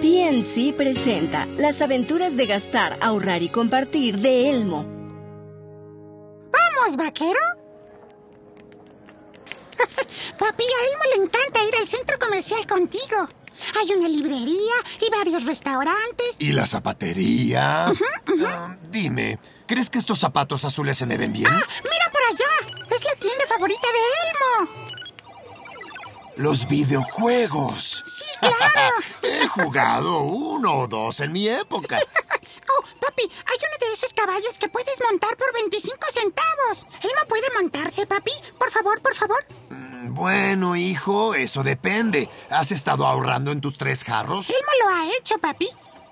PNC presenta Las aventuras de gastar, ahorrar y compartir de Elmo. ¿Vamos, vaquero? Papi, a Elmo le encanta ir al centro comercial contigo. Hay una librería y varios restaurantes. ¿Y la zapatería? Ah, dime, ¿crees que estos zapatos azules se me ven bien? ¡Ah, ¡Mira por allá! Es la tienda favorita de Elmo. Los videojuegos. Sí, claro. He jugado uno o dos en mi época. Oh, papi, hay uno de esos caballos que puedes montar por 25 centavos. Elmo puede montarse, papi. Por favor, por favor. Mm, Bueno, hijo, eso depende. ¿Has estado ahorrando en tus tres jarros? Elmo lo ha hecho, papi.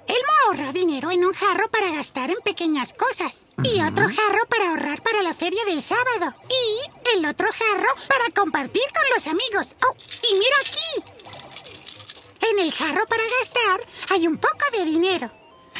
Elmo ahorró dinero en un jarro para gastar en pequeñas cosas. Y otro jarro para ahorrar para la feria del sábado. Y el otro jarro para compartir con los amigos. Oh, y mira aquí. En el jarro para gastar hay un poco de dinero.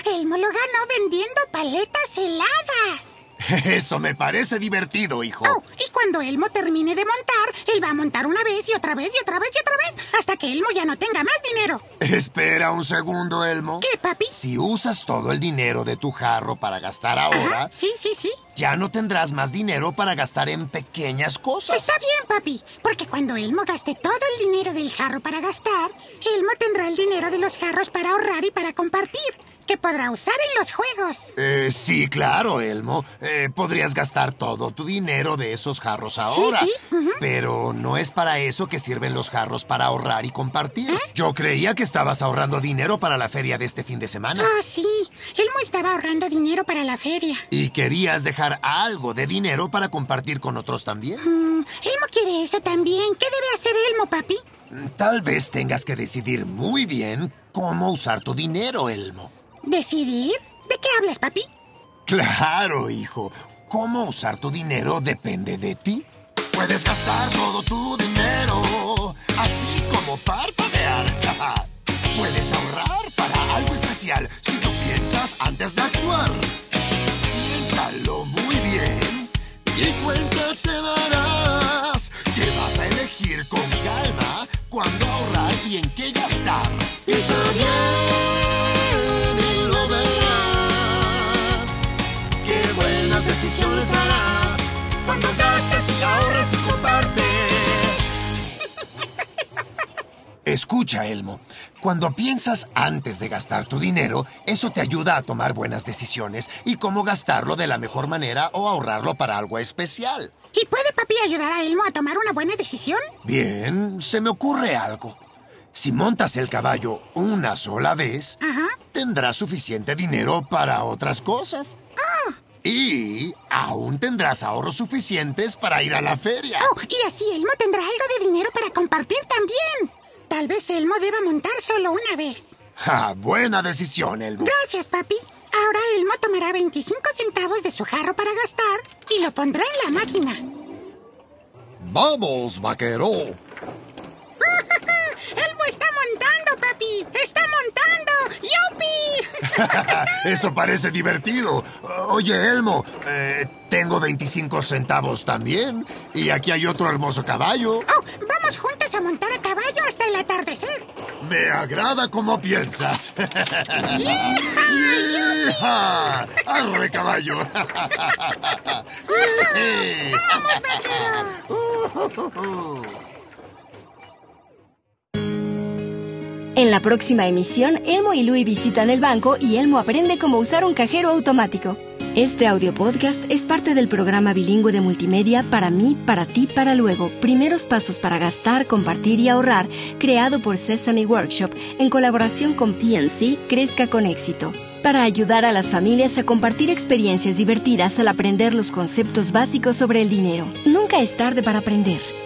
Elmo lo ganó vendiendo paletas heladas. Eso me parece divertido, hijo. Oh, y cuando Elmo termine de montar, él va a montar una vez y otra vez y otra vez y otra vez hasta que Elmo ya no tenga más dinero. Espera un segundo, Elmo. ¿Qué, papi? Si usas todo el dinero de tu jarro para gastar ahora, Ajá, sí, sí, sí. ya no tendrás más dinero para gastar en pequeñas cosas. Está bien, papi, porque cuando Elmo gaste todo el dinero del jarro para gastar, Elmo tendrá el dinero de los jarros para ahorrar y para compartir, que podrá usar en los juegos. Eh, sí, claro, Elmo. Eh, podrías gastar todo tu dinero de esos jarros ahora. sí, ujú. Pero no es para eso que sirven los jarros para ahorrar y ¿Eh? compartir. Yo creía que estabas ahorrando dinero para la feria de este fin de semana. Ah, sí, Elmo estaba ahorrando dinero para la feria. Y querías dejar algo de dinero para compartir con otros también. Mm, Elmo quiere eso también. ¿Qué debe hacer Elmo, papi? Tal vez tengas que decidir muy bien cómo usar tu dinero, Elmo. ¿Decidir? ¿De qué hablas, papi? Claro, hijo. Cómo usar tu dinero depende de ti. Puedes gastar todo tu dinero, así como parpadear. Puedes ahorrar para algo especial si lo piensas antes de actuar. Piénsalo muy bien y cuenta te darás que vas a elegir con calma cuándo ahorrar y en qué gastar. Piensa bien y lo verás. Qué buenas decisiones harás cuando gastas y ahorras y compartes. Escucha, Elmo. Cuando piensas antes de gastar tu dinero, eso te ayuda a tomar buenas decisiones y cómo gastarlo de la mejor manera o ahorrarlo para algo especial. ¿Y puede papi ayudar a Elmo a tomar una buena decisión? Bien, se me ocurre algo. Si montas el caballo una sola vez, Ajá. tendrás suficiente dinero para otras cosas. Y aún tendrás ahorros suficientes para ir a la feria. Oh, y así Elmo tendrá algo de dinero para compartir también. Tal vez Elmo deba montar solo una vez. Ja, buena decisión, Elmo. Gracias, papi. Ahora Elmo tomará 25 centavos de su jarro para gastar y lo pondrá en la máquina. Vamos, vaquero. ¡Elmo está montando, papi! ¡Está montando! ¡Yupi! Ah, Eso parece divertido. Oye, Elmo, eh, tengo 25 centavos también. Y aquí hay otro hermoso caballo. ¡Oh! Vamos juntos a montar a caballo hasta el atardecer. Me agrada como piensas. ¡Hija! ¡Arre, caballo! ¡Eh! ¡Vamos, vaquero! En la próxima emisión, Elmo y Louie visitan el banco y Elmo aprende cómo usar un cajero automático. Este audio podcast es parte del programa bilingüe de multimedia Para mí, para ti, para luego. Primeros pasos para gastar, compartir y ahorrar, creado por Sesame Workshop en colaboración con PNC Crezca con éxito. Para ayudar a las familias a compartir experiencias divertidas al aprender los conceptos básicos sobre el dinero. Nunca es tarde para aprender.